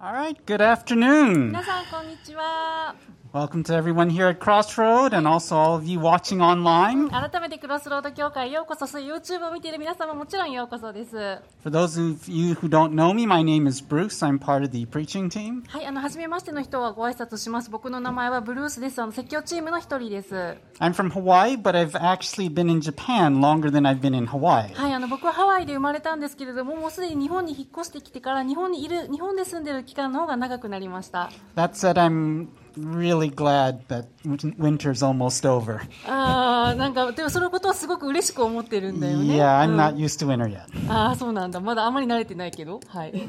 All right, good afternoon. 皆さんこんにちは Welcome to everyone here at Crossroad and also all of you watching online. 改めてクロスロード協会へようこそそして YouTube を見ている皆様もちろんようこそですは For those of you who don't know me, my name is Bruce. I'm part of the preaching team. いあの初めましての人はご挨拶します僕の名前はブルースですあの説教チームの一人ですは I'm from Hawaii, but I've actually been in Japan longer than I've been in Hawaii. いあの僕はハワイで生まれたんですけれどももうすでに日本に引っ越してきてから日本にいる日本で住んでる期間の方が長くなりました That said, I'm really glad that win- winter's almost over. あーなんかでもそのことはすごく嬉しく思ってるんだよね Yeah, う I'm ん not used to winter yet. ああそうなんだまだあまり慣れてないけどはい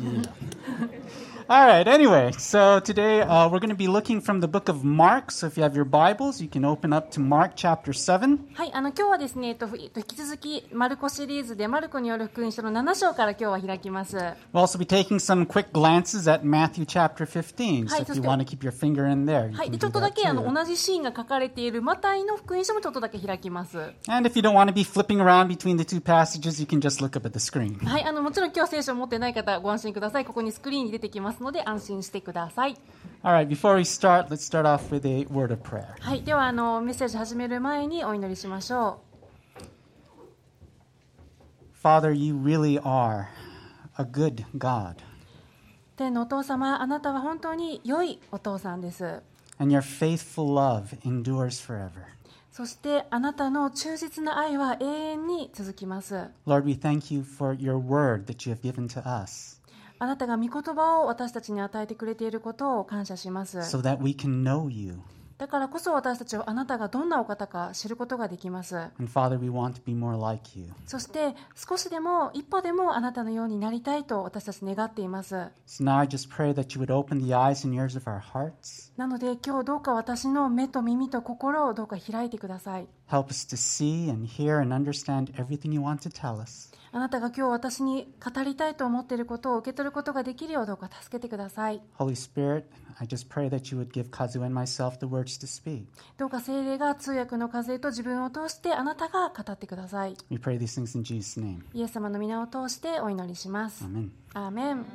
All right, anyway, so today uh, we're going to be looking from the book of Mark. So if you have your Bibles, you can open up to Mark chapter 7. はい、あの今日はですね、えっと、ふえっと引き続きマルコシリーズでマルコによる福音書の7章から今日は開きます。は We'll also be taking some quick glances at Matthew chapter 15. So Hi, if you sister. want to keep your finger in there, you い、 can でち do ょっとだ that けあの too. 同じシーンが書かれているマタイの福音書もちょっとだけ開きます。は And if you don't want to be flipping around between the two passages, you can just look up at the screen. い、あのもちろん今日聖書を持ってない方ご安心ください。ここにスクリーンに出てきますので安心してください。 All right, before we start, let's start off with a word of prayer. はい、ではあのメッセージ始める前にお祈りしましょ Father, you really are a good God, う。天のお父様、あなたは本当に良いお父さんです。 and your faithful love endures forever. そしてあなたの忠実な愛は永遠に続きます。 Lord, we thank you for your word that you have given to us あなたが御言葉を私たちに与えてくれていることを感謝します。 so that we can know you. だからこそ私たちはあなたがどんなお方か知ることができます。 And Father, we want to be more like you. そして少しでも一歩でもあなたのようになりたいと私たち願っています。 So now I just pray that you would open the eyes and ears of our hearts. なので今日どうか私の目と耳と心をどうか開いてください。 Help us to see and hear and understand everything you want to tell us. あなたが今日私に語りたいと思っていることを受け取ることができるようどうか助けてください。 Holy Spirit, I just pray that you would give Kazu and myself the words to speak. どうか聖霊が通訳の風と自分を通してあなたが語ってください。 We pray these things in Jesus' name. イエス様の皆を通してお祈りします。 Amen. アーメン。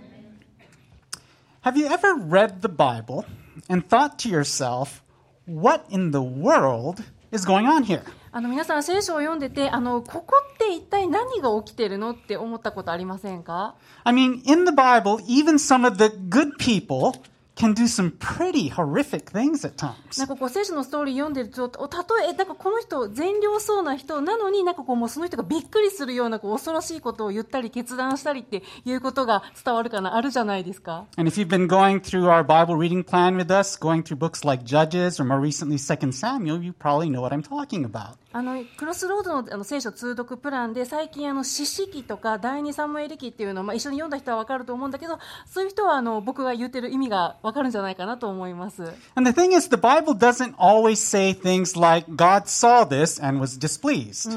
Have you ever read the Bible and thought to yourself, what in the world is going on here? あの皆さん聖書を読んでてあのここって一体何が起きてるのって思ったことありませんか I mean, in the Bible, even some of the good people can do some pretty horrific things at なん times. かこう聖書のストーリー読んでるとおたとえなんかこの人善良そうな人なのになんかこうもうその人がびっくりするようなこう恐ろしいことを言ったり決断したりっていうことが伝わるかなあるじゃないですか And if you've been going through our Bible reading plan with us, going through books like Judges or more recently 2 Samuel, you probably know what I'm talking about. あのクロスロードのあの聖書通読プランで最近あの詩式とか第二サムエル記っていうのを、まあ、一緒に読んだ人は分かると思うんだけどそういう人はあの僕が言ってる意味が分かるんじゃないかなと思います。 And the thing is, the Bible doesn't always say things like, God saw this and was displeased.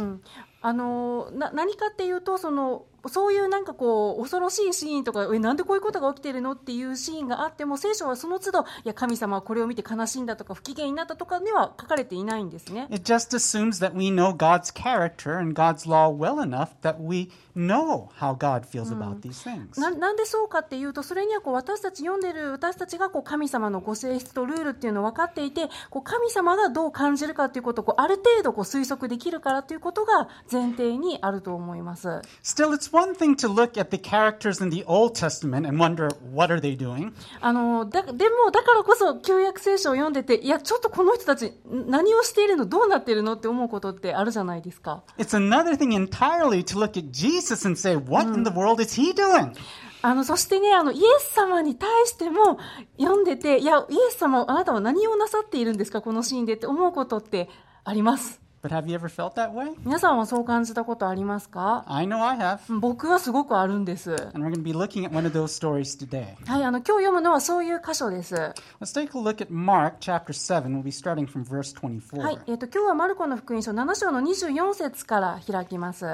あのーな何かっていうとそのそういうなんかこう恐ろしいシーンとかえなんでこういうことが起きてるのっていうシーンがあっても聖書はその都度いや神様はこれを見て悲しんだとか不機嫌になったとかには書かれていないんですね。 It just assumes that we know God's character and God's law well enough that we know how God feels about these things. ななんでそうかっていうとそれにはこう私たち読んでる私たちがこう神様のご性質とルールっていうのを分かっていてこう神様がどう感じるかっていうことをこうある程度こう推測できるからということが前提にあると思います。 Still, it's one thing to look at the characters in the Old Testament and wonder, what are they doing? あのだでも、だからこそ旧約聖書を読んでていやちょっとこの人たちん何をしているのどうなっているのって思うことってあるじゃないですか It's another thing entirely to look at Jesus and say, what in the world is he doing? あのそしてねあのイエス様に対しても読んでていやイエス様あなたは何をなさっているんですかこのシーンでって思うことってあります But have you ever felt that way? 皆さんはそう感じたことありますか I know I have. 僕はすごくあるんですはい And we're going to be looking at one of those stories today. あの今日読むのはそういう箇所です Let's take a look at Mark chapter 7. We'll be starting from verse 24. はい、えー、と今日はマルコの福音書7章の24節から開きます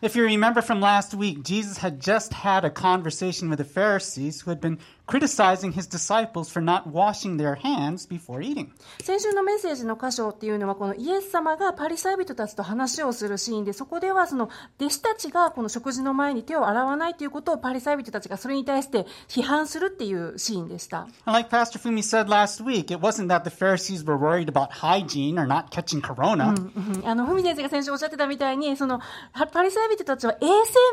If you remember from last week, Jesus had just had a conversation with the Pharisees who had been criticizing his disciples for not washing their hands before eating. 先週のメッセージの箇所っていうのはこのイエス様がパリサイ人たちと話をするシーンでそこではその弟子たちがこの食事の前に手を洗わないということをパリサイ人たちがそれに対して批判するっていうシーンでした。 And like Pastor Fumi said last week, it wasn't that the Pharisees were worried about hygiene or not catching corona. うんあの、ふみ先生が先週おっしゃってたみたいに、その、はパリサイ人たちは衛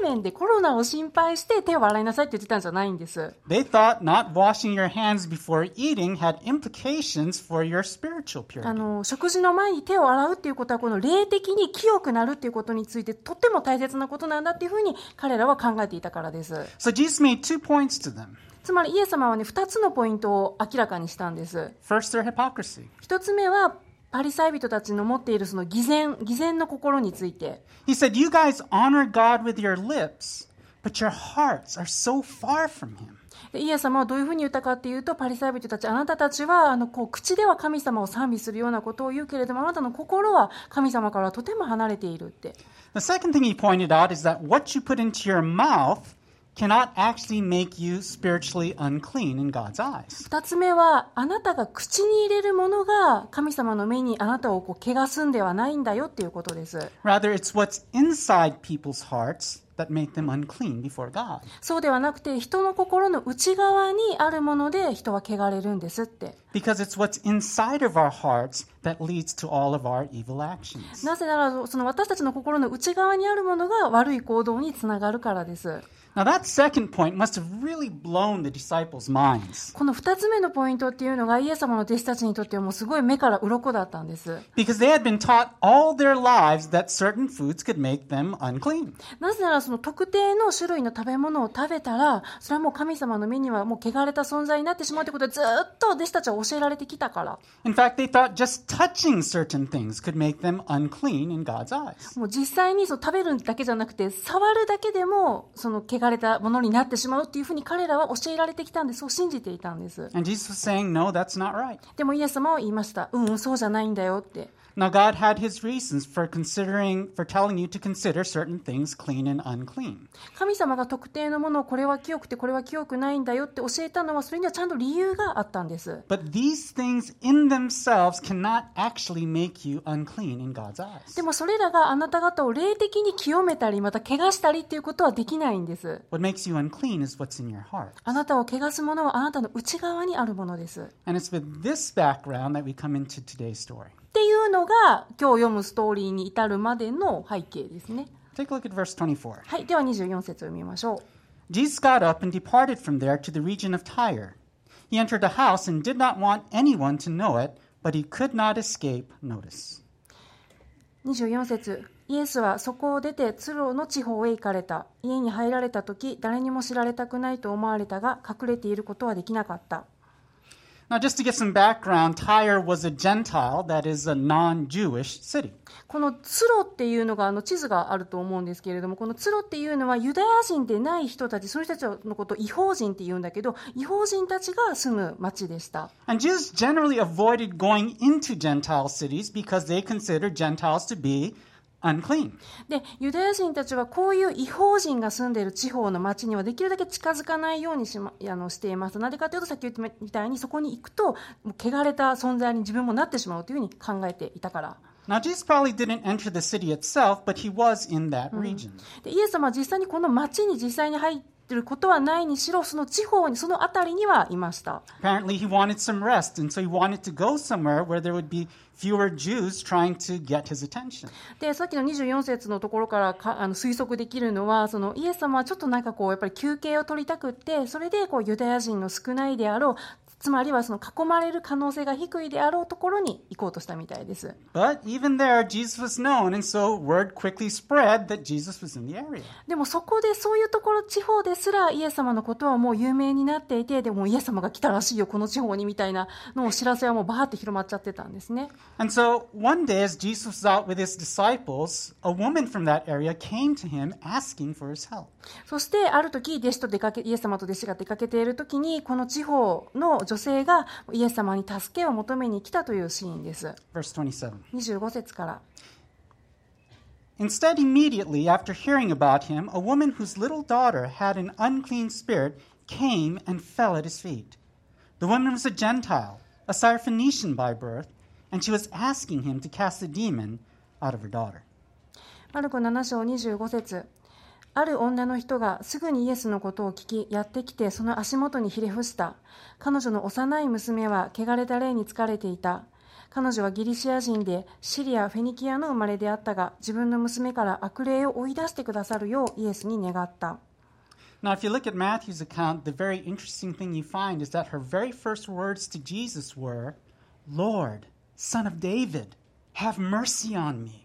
生面でコロナを心配して手を洗いなさいって言ってたんじゃないんです。 They thought not washing your hands before eating had implications for your spiritual あ purity. の、食事の前に手を洗うっていうことは、この霊的に清くなるっていうことについて、とっても大切なことなんだっていうふうに彼らは考えていたからです。 So Jesus made two points to them. つまりイエス様はね、二つのポイントを明らかにしたんです。 First, their hypocrisy. 一つ目は、パリサイ人たちの持っているその偽善、偽善の心について。 He said, You guys honor God with your lips, but your hearts are so far from Him. でイエス様はどういうふうに言ったかっていうと、パリサイ人たち、あなたたちは、あの、こう、口では神様を賛美するようなことを言うけれども、あなたの心は神様からとても離れているって。 The second thing he pointed out is that what you put into your mouth cannot actually make you spiritually unclean in God's eyes. 二つ目は、あなたが口に入れるものが、神様の目にあなたをこう、汚すんではないんだよっていうことです。 Rather, it's what's inside people's hearts that make them unclean before God. そうではなくて、人の心の内側にあるもので、人は汚れるんですって。 Because it's what's inside of our hearts that leads to all of our evil actions. なぜなら、その私たちの心の内側にあるものが悪い行動につながるからです。 Now, that second point must have really blown the disciples' minds. この二つ目のポイントっていうのがイエス様の弟子たちにとってはもうすごい目から鱗だったんです。 Because they had been taught all their lives that certain foods could make them unclean. なぜならその特定の種類の食べ物を食べたら、それはもう神様の目にはもう汚れた存在になってしまうということでずっと弟子たちは教えられてきたから。 In fact, they thought just touching certain things could make them unclean in God's eyes. もう実際にその食べるだけじゃなくて、触るだけでもその汚れたものになってしまうっていうふうに彼らは教えられてきたんで、そう信じていたんです。 And Jesus was saying, No, that's not right. でもイエス様は言いました。うんうん、そうじゃないんだよって。 Now, God had his reasons for considering, for telling you to consider certain things clean and unclean. 神様が特定のものをこれは清くてこれは清くないんだよって教えたのはそれにはちゃんと理由があったんです。 But these things in themselves cannot actually make you unclean in God's eyes. でもそれらがあなた方を霊的に清めたりまた怪我したりっていうことはできないんです。 What makes you unclean is what's in your heart. あなたを汚すものはあなたの内側にあるものです。っ And it's with this background that we come into today's story. ていうのが今日読むストーリーに至るまでの背景ですね。 Take a look at verse 24. はい、では24節を読みましょう。 Jesus got up and departed from there to the region of Tyre. He entered a house and did not want anyone to know it, but he could not escape notice. 24節イエスはそこを出てツロの地方へ行かれた家に入られた時誰にも知られたくないと思われたが隠れていることはできなかった Now, just to get some background, Tyre was a Gentile, that is, a non Jewish city. このツロっていうのがあの地図があると思うんですけれどもこのツロっていうのはユダヤ人でない人たちその人たちのことを違法人って言うんだけど違法人たちが住む町でした And Jews generally avoided going into Gentile cities because they considered Gentiles to be unclean. でユダヤ人たちはこういう違法人が住んでいる地方の町にはできるだけ近づかないようにし,、ま、あのしていますなぜかというとさっき言ったみたいにそこに行くともう汚れた存在に自分もなってしまうというふうに考えていたから。 Now, Jesus probably didn't enter the city itself, but he was in that region. でイエス様は実際にこの町に実際に入ってることはないにしろその地方にその辺りにはいました Apparently, he wanted some rest, and so he wanted to go somewhere where there would be fewer Jews trying to get his attention. でさっきの24節のところからかあの推測できるのはそのイエス様はちょっとなんかこうやっぱり休憩を取りたくってそれでこうユダヤ人の少ないであろうつまりはその囲まれる可能性が低いであろうところに行こうとしたみたいです。 But even there, Jesus was known, and so word quickly spread that Jesus was in the area. でもそこでそういうところ地方ですらイエス様のことはもう有名になっていてでもイエス様が来たらしいよこの地方にみたいなのお知らせはもうバーって広まっちゃってたんですね。 And so one day, as Jesus was out with his disciples, a woman from that area came to him asking for his help. そしてある時弟子と出かけイエス様と弟子が出かけている時にこの地方の女性がイエス様に助けを求めに来たというシーンです。 Verse 27. 25節から。 Instead, immediately after hearing about him, a woman whose little daughter had an unclean spirit came and fell at his feet. The woman was a Gentile, a Syrophoenician by birth, and she was asking him to cast the demon out of her daughter. マルコ7章25節ある女の人がすぐにイエスのことを聞き、やってきてその足元にひれ伏した。彼女の幼い娘は汚れた霊に疲れていた。彼女はギリシア人でシリア・フェニキアの生まれであったが、自分の娘から悪霊を追い出してくださるようイエスに願った。 Now, if you look at Matthew's account, the very interesting thing you find is that her very first words to Jesus were, Lord, son of David, have mercy on me.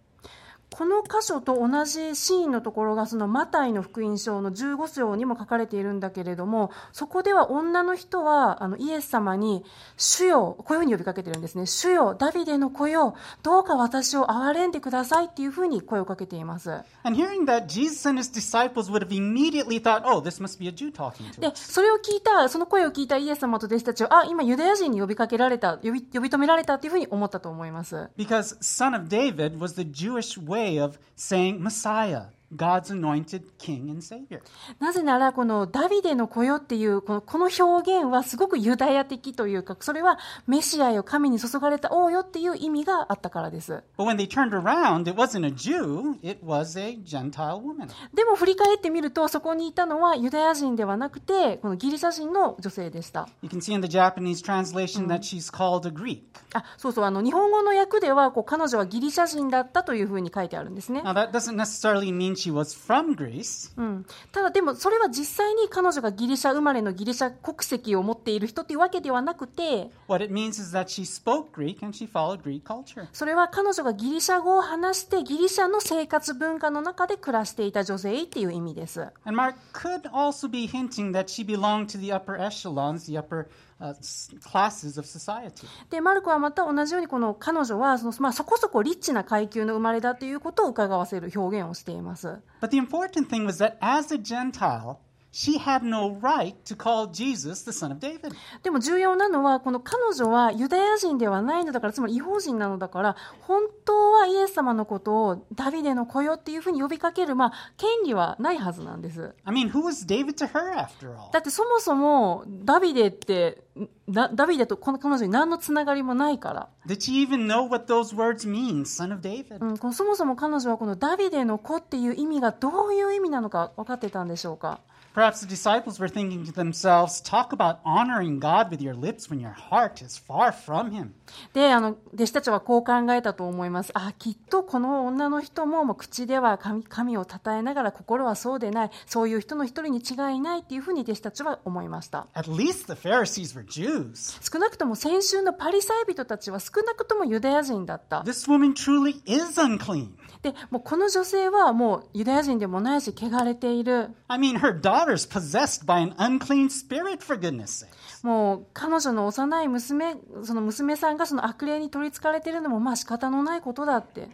この箇所と同じシーンのところがそのマタイの福音書の15章にも書かれているんだけれどもそこでは女の人はあのイエス様に「主よ」こういうふうに呼びかけてるんですね「主よダビデの子よどうか私を憐れんでください」っていうふうに声をかけています And hearing that, Jesus and his disciples would have immediately thought, oh, this must be a Jew talking to で us. それを聞いたその声を聞いたイエス様と弟子たちはあ今ユダヤ人に呼びかけられた呼び呼び止められたっていうふうに思ったと思います Because son of David was the Jewish way of saying Messiah, God's anointed king and savior. なぜなら、このダビデの子よっていう、このこの表現はすごくユダヤ的というか、それはメシアよ、神に注がれた王よっていう意味があったからです。 But when they turned around, it wasn't a Jew, it was a Gentile woman. でも振り返ってみると、そこにいたのはユダヤ人ではなくて、このギリシャ人の女性でした。 You can see in the Japanese translation that she's called a Greek. あ、そうそう、あの、日本語の訳では、こう、彼女はギリシャ人だったというふうに書いてあるんですね。 Now, that doesn't necessarily mean she was from Greece, うん。ただでも、それは実際に彼女がギリシャ生まれのギリシャ国籍を持っている人っていうわけではなくて、 What it means is that she spoke Greek and she followed Greek culture. それは彼女がギリシャ語を話してギリシャの生活文化の中で暮らしていた女性っていう意味です。 And Mark could also be hinting that she belonged to the upper echelons, the upper uh, s- classes of society. で、マルコはまた同じようにこの彼女はその、まあ、そこそこリッチな階級の生まれだということを伺わせる表現をしています。 But the important thing was that as a Gentile, she had no right to call Jesus the son of David. でも重要なのはこの彼女はユダヤ人ではないのだからつまり違法人なのだから本当はイエス様のことをダビデの子よっていうふうに呼びかける、まあ、権利はないはずなんです。 I mean, who was David to her after all? だってそもそもダビデってなダビデとこの彼女に何のつながりもないから。 Did she even know what those words mean, son of David? うん、このそもそも彼女はこのダビデの子っていう意味がどういう意味なのか分かってたんでしょうか Perhaps the disciples were thinking to themselves, talk about honoring God with your lips when your heart is far from him. であの弟子たちはこう考えたと思いますあきっとこの女の人ももう口では神神を称えながら心はそうでないそういう人の一人に違いないっていうふうに弟子たちは思いました At least the Pharisees were Jews. 少なくとも先週のパリサイ人たちは少なくともユダヤ人だった This woman truly is unclean. でもうこの女性はもうユダヤ人でもないし汚れている I mean, her daughter's possessed by an unclean spirit, for goodness sakes. もう彼女の幼い娘その娘さんがその悪霊に取りつかれているのもまあ仕方のないことだって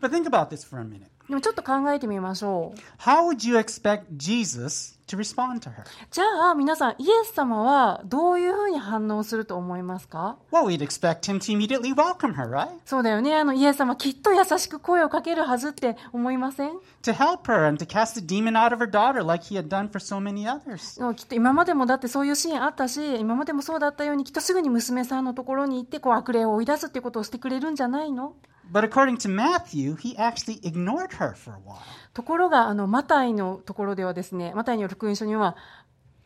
But think about this for a minute. でもちょっと考えてみましょう How would you expect Jesus to respond to her? じゃあ皆さんイエス様はどういうふうに反応すると思いますか Well, we'd expect him to immediately welcome her, right? そうだよねあのイエス様きっと優しく声をかけるはずって思いません To help her and to cast the demon out of her daughter like he had done for so many others. でもきっと今までもだってそういうシーンあったし今までもそうだったようにきっとすぐに娘さんのところに行ってこう悪霊を追い出すっていうことをしてくれるんじゃないの But according to Matthew, he actually ignored her for a while. ところがあのマタイのところではですねマタイによる福音書には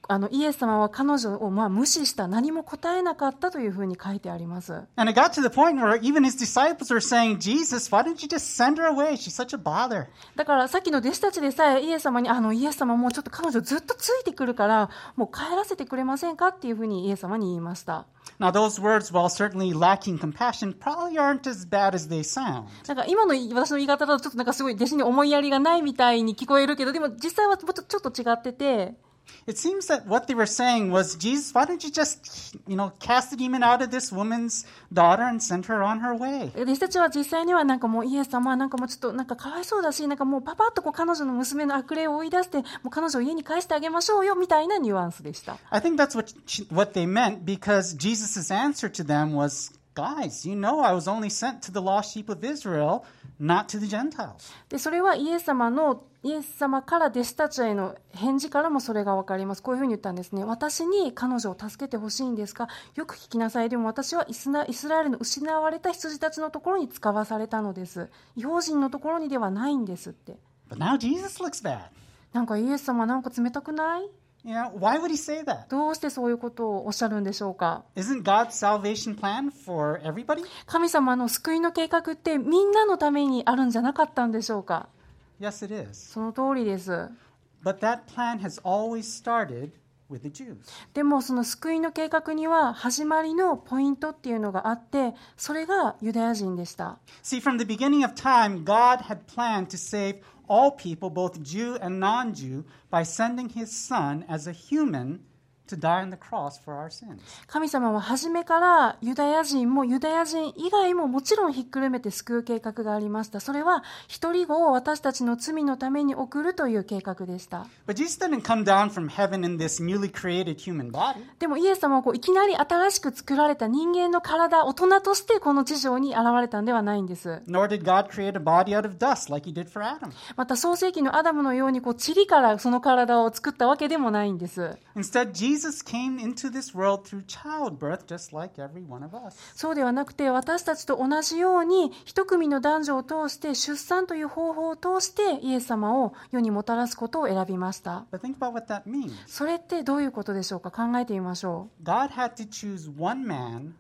あのイエス様は彼女をまあ無視した何も答えなかったというふうに書いてあります And it got to the point where even his disciples were saying, Jesus, why don't you just send her away? She's such a bother. だからさっきの弟子たちでさえイエス様にあのイエス様もうちょっと彼女ずっとついてくるからもう帰らせてくれませんかっていうふうにイエス様に言いました Now, those words, while certainly lacking compassion, probably aren't as bad as they sound. なんか今の私の言い方だとちょっとなんかすごい弟子に思いやりがないみたいに聞こえるけどでも実際はもうちょちょっと違ってて It seems that what they were saying was, Jesus, why don't you just, you know, cast the demon out of this woman's daughter and send her on her way? 弟子たちは実際にはなんかもうイエス様はなんかもうちょっとなんかかわいそうだしなんかもうパパッとこう彼女の娘の悪霊を追い出してもう彼女を家に返してあげましょうよみたいなニュアンスでした I think that's what, she- what they meant because Jesus' answer to them was, guys, you know I was only sent to the lost sheep of Israel, not to the Gentiles. でそれはイエス様のイエス様から弟子たちへの返事からもそれが分かります。こういうふうに言ったんですね。私に彼女を助けてほしいんですが、よく聞きなさい。でも私はイスライスラエルの失われた羊たちのところに使わされたのです。違法人のところにではないんですって。 But now Jesus looks bad. なんかイエス様なんか冷たくない You know, why would he say that? どうしてそういうことをおっしゃるんでしょうか Isn't God's salvation plan for everybody? 神様の救いの計画ってみんなのためにあるんじゃなかったんでしょうか Yes, it is. その通りです。 But that plan has always started with the Jews. でもその救いの計画には始まりのポイントっていうのがあってそれがユダヤ人でした See, from the beginning of time, God had planned to save all people, both Jew and non Jew, by sending his son as a human to die on the cross for our sins. 神様は初めからユダヤ人もユダヤ人以外ももちろんひっくるめて救う計画がありましたそれは一人子を私たちの罪のために送るという計画でした But Jesus didn't come down from heaven in this newly created human body. でもイエス様はこういきなり新しく作られた人間の体大人としてこの地上に現れたんではないんです Nor did God create a body out of dust like he did for Adam. また創世紀のアダムのようにこう塵からその体を作ったわけでもないんです Instead, Jesus came into this world through childbirth, just like every one of us. そうではなくて私たちと同じように一組の男女を通して出産という方法を通してイエス様を世にもたらすことを選びました But think about what that means. それってどういうことでしょうか考えてみましょう God had to choose one man,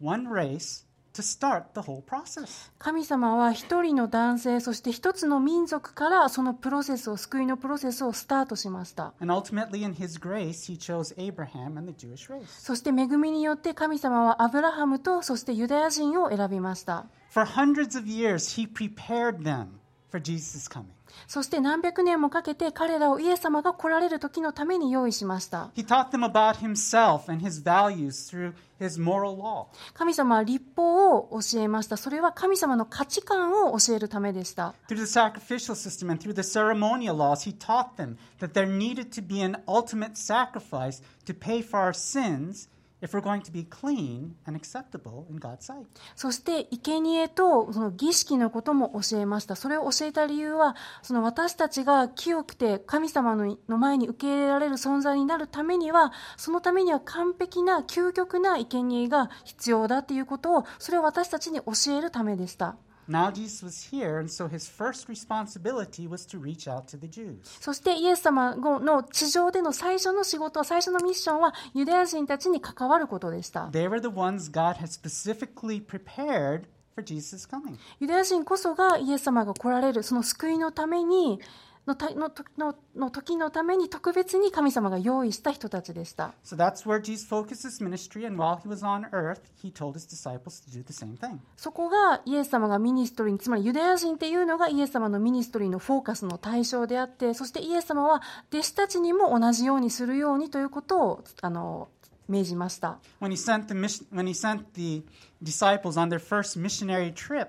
one race, to start the whole process. 神様は一人の男性そして一つの民族からそのプロセスを救いのプロセスをスタートしました And ultimately, in his grace, he chose Abraham and the Jewish race. そして恵みによって神様はアブラハムとそしてユダヤ人を選びました For hundreds of years, he prepared them for Jesus' coming. そして何百年もかけて彼らをイエス様が来られる時のために用意しました He taught them about himself and his values through his moral law. 神様は立法を教えました。それは神様の価値観を教えるためでした。 Through the sacrificial system and through the ceremonial laws, he taught them that there needed to be an ultimate sacrifice to pay for our sins if we're going to be clean and acceptable in God's sight. そして、生贄とその儀式のことも教えました。それを教えた理由は、その私たちが清くて神様のの前に受け入れられる存在になるためには、そのためには完璧な究極な生贄が必要だということを、それを私たちに教えるためでした。 Now Jesus was here, and so his first responsibility was to reach out to the Jews. そしてイエス様の地上での最初の仕事、最初のミッションはユダヤ人たちに関わることでした。 They were the ones God had specifically prepared for Jesus' coming. ユダヤ人こそがイエス様が来られるその救いのためにのたのとのの時のために特別に神様が用意した人たちでした。 So that's where Jesus focused his ministry, and while he was on earth, he told his disciples to do the same thing. そこがイエス様がミニストリーにつまりユダヤ人っていうのがイエス様のミニストリーのフォーカスの対象であってそしてイエス様は弟子たちにも同じようにするようにということをあの命じました。 When he sent the, mission, when he sent the disciples on their first missionary trip,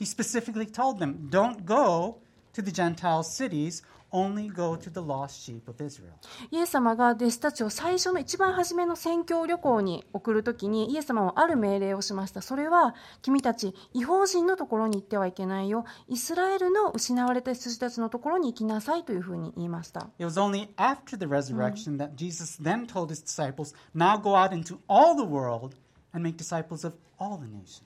he specifically told them, Don't go to the Gentile cities, only go to the lost sheep of Israel. イエス様が弟子たちを最初の一番初めの宣教旅行に送るときにイエス様はある命令をしましたそれは君たち違法人のところに行ってはいけないよイスラエルの失われた羊たちのところに行きなさいというふうに言いました It was only after the resurrection that Jesus then told his disciples, Now go out into all the world and make disciples of all the nations.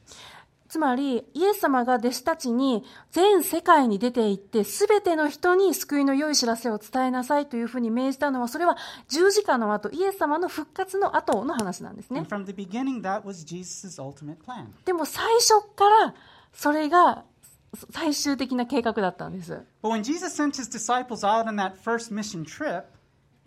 つまりイエス様が弟子たちに全世界に出て行って全ての人に救いの良い知らせを伝えなさいというふうに命じたのはそれは十字架の後イエス様の復活の後の話なんですね And from the beginning, that was Jesus' ultimate plan. でも最初からそれが最終的な計画だったんです。 But when Jesus sent his disciples out on that first mission trip,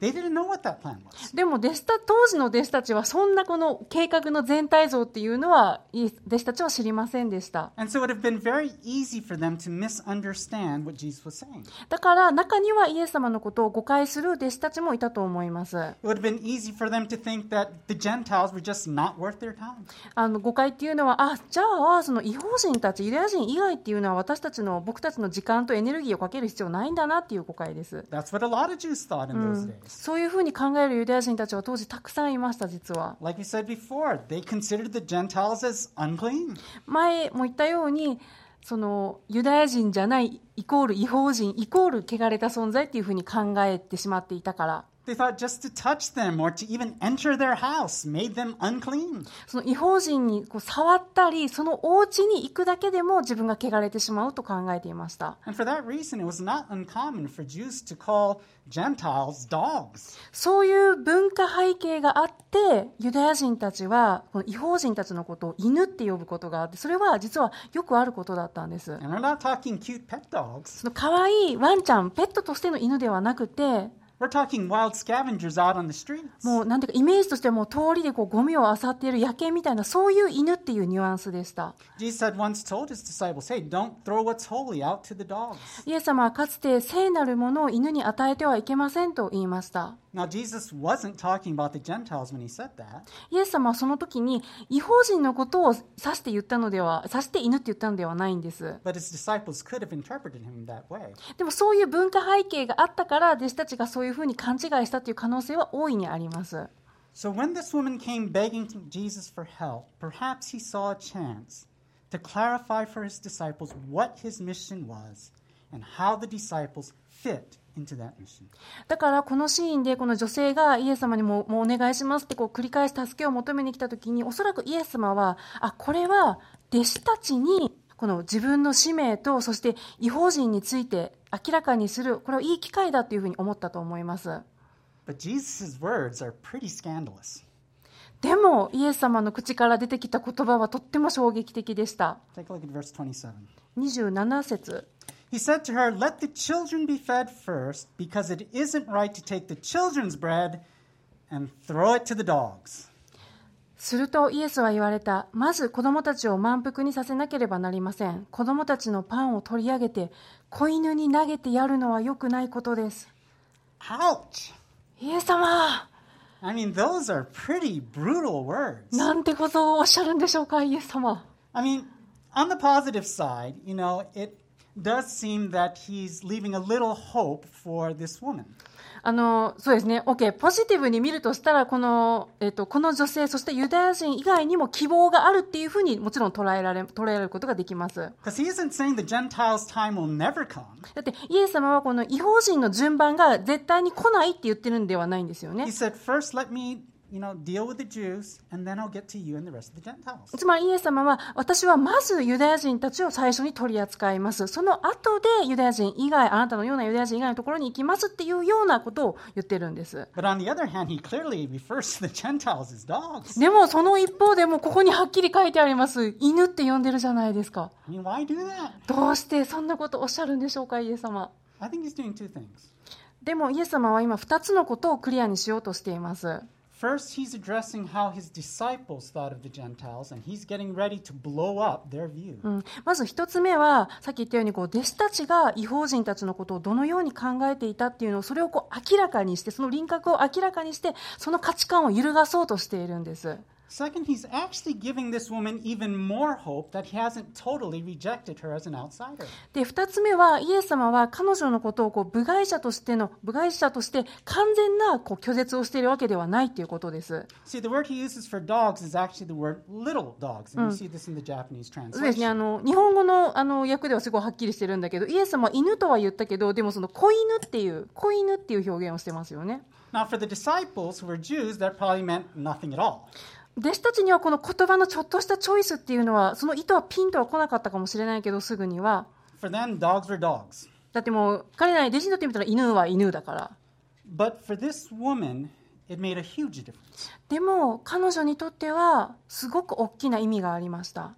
they didn't know what that plan was. でも弟子た当時の弟子たちはそんなこの計画の全体像っていうのはイエス弟子たちは知りませんでした。 And so it would have been very easy for them to misunderstand what Jesus was saying. だから中にはイエス様のことを誤解する弟子たちもいたと思います。 It would have been easy for them to think that the Gentiles were just not worth their time. あの誤解っていうのは、あ、じゃあその違法人たち、ユダヤ人以外っていうのは私たちの僕たちの時間とエネルギーをかける必要ないんだなっていう誤解です。 That's what a lot of Jews thought in those days. そういうふうに考えるユダヤ人たちは当時たくさんいました、実は。 Like we said before, they considered the Gentiles as unclean. 前も言ったようにそのユダヤ人じゃないイコール違法人イコール汚れた存在っていうふうに考えてしまっていたから They thought just to touch them or to even enter their house made them unclean. その違法人にこう触ったりそのお家に行くだけでも自分が汚れてしまうと考えていました And for that reason, it was not uncommon for Jews to call Gentiles dogs. そういう文化背景があってユダヤ人たちはこの違法人たちのことを犬って呼ぶことがあってそれは実はよくあることだったんです And we're not talking cute pet dogs. その可愛いワンちゃんペットとしての犬ではなくて We're talking wild scavengers out on the streets. もうなんていうかイメージとしてはもう通りでこうゴミを漁っている野犬みたいなそういう犬っていうニュアンスでした Jesus had once told his disciples, hey, don't throw what's holy out to the dogs. イエス様はかつて聖なるものを犬に与えてはいけませんと言いました Now, Jesus wasn't talking about the Gentiles when he said that. イエス様はその時に違法人のことを指して言ったのでは指して犬って言ったのではないんです But his disciples could have interpreted him that way. でもそういう文化背景があったから弟子たちがそういうふうに勘違いしたという可能性は大いにあります So when this woman came begging to Jesus for help, perhaps he saw a chance to clarify for his disciples what his mission was and how the disciples fit into that mission. だからこのシーンでこの女性がイエス様にももうお願いしますってこう繰り返し助けを求めに来た時におそらくイエス様はあこれは弟子たちにこの自分の使命とそして違法人について明らかにするこれはいい機会だというふうに思ったと思います But Jesus' words are pretty scandalous. でもイエス様の口から出てきた言葉はとっても衝撃的でした。 Take a look at verse 27. 27節 He said to her, Let the children be fed first, because it isn't right to take the children's bread and throw it to the dogs. するとイエスは言われた。まず子供たちを満腹にさせなければなりません。子供たちのパンを取り上げて、子犬に投げてやるのは良くないことです。 Ouch! イエス様 I mean, those are pretty brutal words. なんてことをおっしゃるんでしょうか、イエス様。 I mean, on the positive side, you know, it does seem that he's leaving a little hope for this woman. あの、そうですね。OK。ポジティブに見るとしたら、この、えっ、と、この女性、そしてユダヤ人以外にも希望があるっていうふうにもちろん捉えられ、捉えられることができます。 Because he isn't saying the Gentiles' time will never come. だってイエス様はこの違法人の順番が絶対に来ないって言ってるんではないんですよ He ね。 said, first let me, you know, deal with the Jews, and then I'll get to you and the rest of the Gentiles. つまりイエス様は私はまずユダヤ人たちを最初に取り扱います。その後でユダヤ人以外、あなたのようなユダヤ人以外のところに行きますっていうようなことを言ってるんです。 But on the other hand, he clearly refers to the Gentiles as dogs. でもその一方でもここにはっきり書いてあります。犬って呼んでるじゃないですか。 I mean, why do that? どうしてそんなことおっしゃるんでしょうか、イエス様。 I think he's doing two things. でもイエス様は今2つのことをクリアにしようとしています。 First, he's addressing how his disciples thought of the Gentiles, and he's getting ready to blow up their view. うんまず一つ目はさっき言ったようにこう弟子たちが違法人たちのことをどのように考えていたっていうのをそれをこう明らかにしてその輪郭を明らかにしてその価値観を揺るがそうとしているんです Second, he's actually giving this woman even more hope that he hasn't totally rejected her as an outsider. で二つ目はイエス様は彼女のことをこう部外者としての部外者として完全なこう拒絶をしているわけではないということです See, the word he uses for dogs is actually the word little dogs, and you see this in the Japanese そうですね translation. あの日本語のあの訳ではすごいはっきりしてるんだけどイエス様は犬とは言ったけどでもその子犬っていう子犬っていう表現をしてますよね Now, for the disciples who were Jews, that probably meant nothing at all. 弟子たちにはこの言葉のちょっとしたチョイスっていうのはその意図はピンとは来なかったかもしれないけどすぐには For them, dogs were dogs. だってもう彼らに弟子にとってみたら犬は犬だから But for this woman, it made a huge difference. でも彼女にとってはすごく大きな意味がありました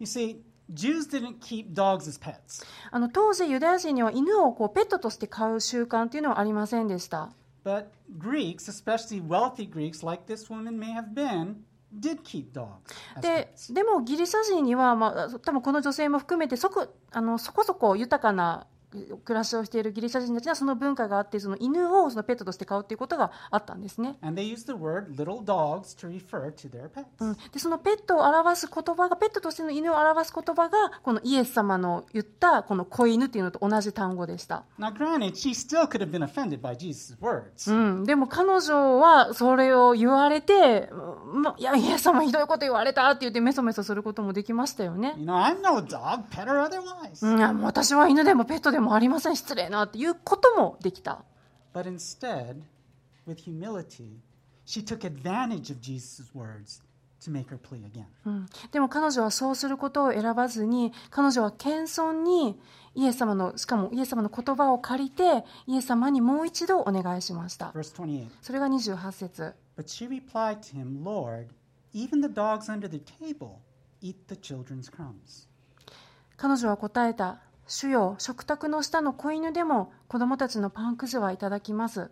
You see, Jews didn't keep dogs as pets, あの当時ユダヤ人には犬をこうペットとして飼う習慣っていうのはありませんでした but Greeks, especially wealthy Greeks like this woman may have been, did keep dogs as で pets. でもギリシャ人には、まあ、多分この女性も含めてそこあのそこそこ豊かな暮らしをしているギリシャ人たちにはその文化があってその犬をそのペットとして飼うということがあったんですね。 And they use the word little dogs to refer to their pets. うん、でそのペットを表す言葉がペットとしての犬を表す言葉がこのイエス様の言ったこの子犬というのと同じ単語でした、 Now, granted, she still could have been offended by Jesus' words. うん、でも彼女はそれを言われて、うんま、いやイエス様ひどいこと言われたって言ってメソメソすることもできましたよね、 You know, I'm no dog, pet or otherwise. うん、いやもう私は犬でもペットでもありません失礼なっていうこともできた But instead, with humility, she took advantage of Jesus' words to make her plea again. うんでも彼女はそうすることを選ばずに彼女は謙遜にイエス様のしかもイエス様の言葉を借りてイエス様にもう一度お願いしました Verse 28. それが28節 But she replied to him, Lord, even the dogs under the table eat the children's crumbs. 彼女は答えた「主よ食卓の下の子犬でも子供たちのパンくずはいただきます」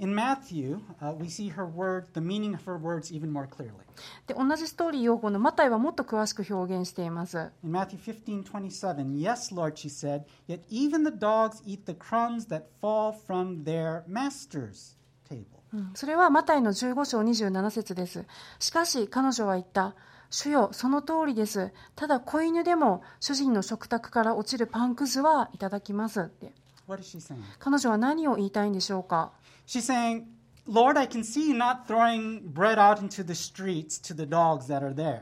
In Matthew, uh, we see her word, the meaning of her words even more clearly. で同じストーリーをこのマタイはもっと詳しく表現しています In Matthew 15, 27, Yes, Lord, she said, yet even the dogs eat the crumbs that fall from their master's table. うんそれはマタイの15章27節です。しかし彼女は言った。主よ、その通りです。ただ子犬でも主人の食卓から落ちるパンくずはいただきますって。 What is she saying? 彼女は何を言いたいんでしょうか She's saying, Lord, I can see you not throwing bread out into the streets to the dogs that are there.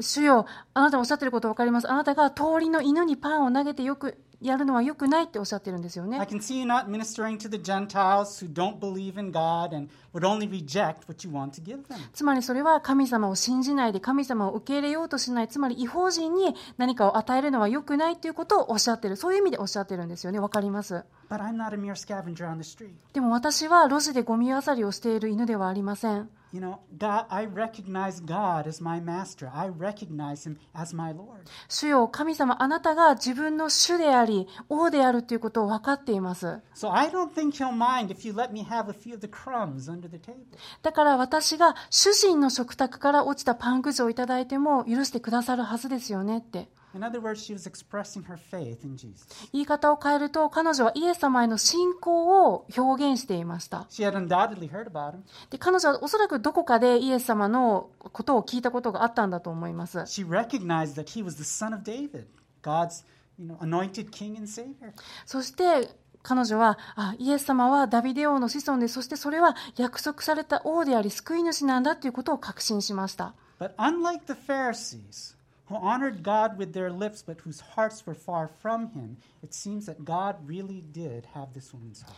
主よ、あなたおっしゃってることわかります。あなたが通りの犬にパンを投げてよくやるのは良くないっておっしゃってるんですよ I ね。 can see you not ministering to the Gentiles who don't believe in God and would only reject what you want to give them. つまりそれは神様を信じないで神様を受け入れようとしない、つまり違法人に何かを与えるのは良くないっていうことをおっしゃってる。そういう意味でおっしゃってるんですよね。わかります。 But I'm not a mere scavenger on the street. でも私は路地でゴミ漁りをしている犬ではありません。 You know, God, I recognize God as my master. I recognize him as my Lord. 主よ神様あなたが自分の主であり王であるということを分かっています So I don't think he'll mind if you let me have a few of the crumbs under the table. だから私が主人の食卓から落ちたパンくずをいただいても許してくださるはずですよねって In other words, she was expressing her faith in Jesus. 言い方を変えると彼女はイエス様への信仰を表現していました She had undoubtedly heard about him. で彼女はおそらくどこかでイエス様のことを聞いたことがあったんだと思います She recognized that he was the son of David, God's you know, anointed king and savior. そして彼女はあイエス様はダビデ王の子孫でそしてそれは約束された王であり救い主なんだということを確信しました But unlike the Pharisees, who honored God with their lips but whose hearts were far from him, it seems that God really did have this woman's heart.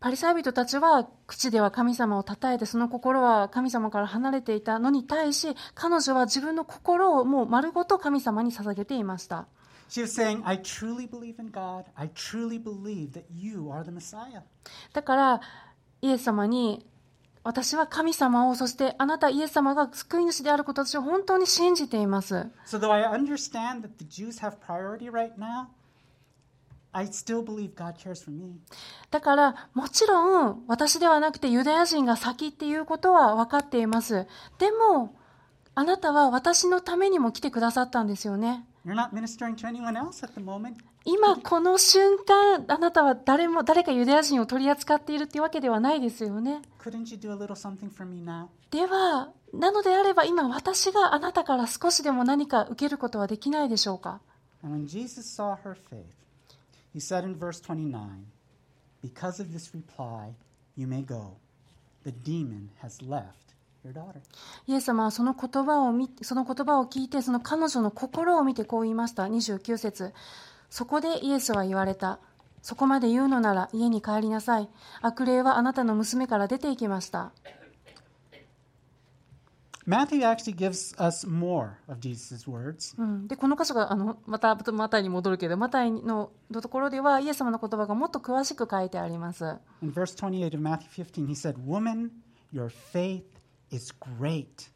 パリサイ人たちは口では神様を称えてその心は神様から離れていたのに対し彼女は自分の心をもう丸ごと神様に捧げていました She was saying, I truly believe in God. I truly believe that you are the Messiah. だからイエス様に私は神様をそしてあなたイエス様が救い主であることを私は本当に信じています So, though I understand that the Jews have priority right now, I still believe God cares for me. だから、もちろん、私ではなくてユダヤ人が先っていうことは分かっています。でも、あなたは私のためにも来てくださったんですよね。 You're not ministering to anyone else at the moment. 今、この瞬間、あなたは誰も、誰かユダヤ人を取り扱っているっていうわけではないですよね。 Couldn't you do a little something for me now? では、なのであれば今、私があなたから少しでも何か受けることはできないでしょうか。 And when Jesus saw her faith, he said in verse 29, Because of this reply, you may go. The demon has left your daughter. イエス様はその言葉を見その言葉を聞いてその彼女の心を見てこう言いました29節そこでイエスは言われたそこまで言うのなら家に帰りなさい悪霊はあなたの娘から出て行きました Matthew actually gives us more of Jesus' words. うん、でこの箇所があのまたマタイに戻るけどマタイののところではイエス様の言葉がもっと詳しく書いてあります In verse 28 of Matthew 15, he said, Woman, your faith is great.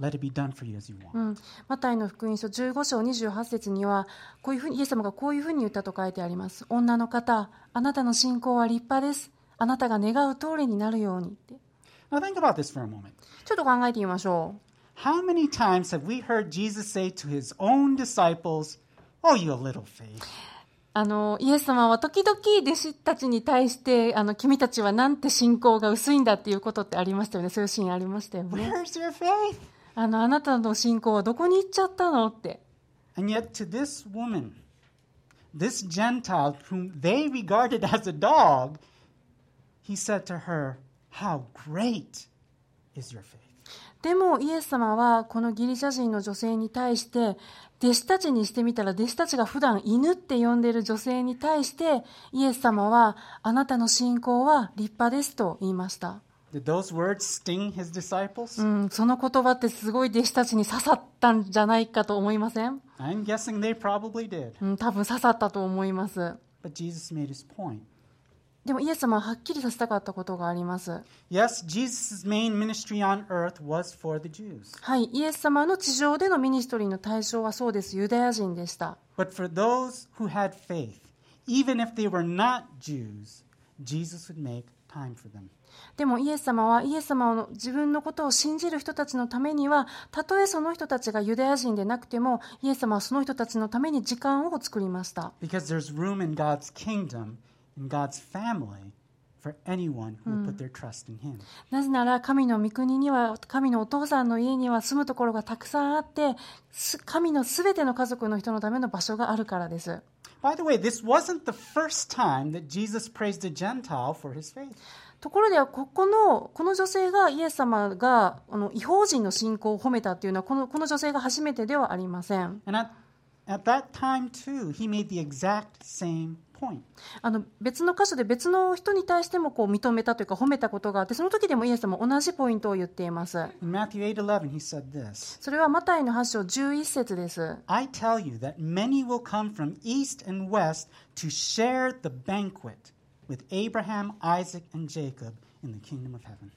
Let it be done for you as you want. うん、マタイの福音書15章28節にはこういうふうにイエス様がこういうふうに言ったと書いてあります女の方あなたの信仰は立派ですあなたが願う通りになるようにって Now, think about this for a moment. ちょっと考えてみましょ How many times have we heard Jesus say to his own disciples, Oh, you little faith? うあの、イエス様は時々弟子たちに対して、あの、君たちはなんて信仰が薄いんだっていうことってありましたよね。そういうシーンありました よね。 Where's your faith? あの、あなたの信仰はどこに行っちゃったのって。 And yet, to this woman, this Gentile whom they regarded as a dog, he said to her, How great is your faith? でも、イエス様は、このギリシャ人の女性に対して、弟子たちにしてみたら、弟子たちが普段犬って呼んでいる女性に対して、イエス様は、あなたの信仰は立派ですと言いました。 Did those words sting his disciples? うん、その言葉ってすごい弟子たちに刺さったんじゃないかと思いません I'm guessing they probably did. うん、多分刺さったと思います。 But Jesus made his point. でもイエス様ははっきりさせたかったことがあります。 Yes, Jesus' main ministry on earth was for the Jews. はい、イエス様の地上でのミニストリーの対象はそうです、ユダヤ人でした。 But for those who had faith, even if they were not Jews, Jesus would make time for them. でもイエス様はイエス様の自分のことを信じる人たちのためには、たとえその人たちがユダヤ人でなくても、イエス様はその人たちのために時間を作りました。 Because there's room in God's kingdom, in God's family, for anyone who will put their trust in Him. なぜなら神の御国には神のお父さんの家には住むところがたくさんあってす神のすべての家族の人のための場所があるからです。 By the way, this wasn't the first time that Jesus praised a Gentile for his faith. ところではここのこの女性がイエス様があの違法人の信仰を褒めたっていうのはこのこの女性が初めてではありません And at, at that time, too, he made the exact same point. あの別の箇所で別の人に対してもこう認めたというか褒めたことがあってその時でもイエス様は同じポイントを言っています。 In Matthew 8:11, he said this. それはマタイの8章11節です。 I tell you that many will come from east and west to share the banquet with Abraham, Isaac, and Jacob in the kingdom of heaven.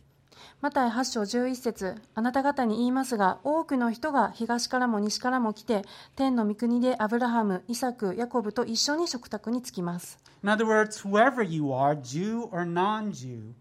マタイ8章11節あなた方に言いますが多くの人が東からも西からも来て天の御国でアブラハムイサクヤコブと一緒に食卓に着きます In other words, whoever you are, Jew or non Jew,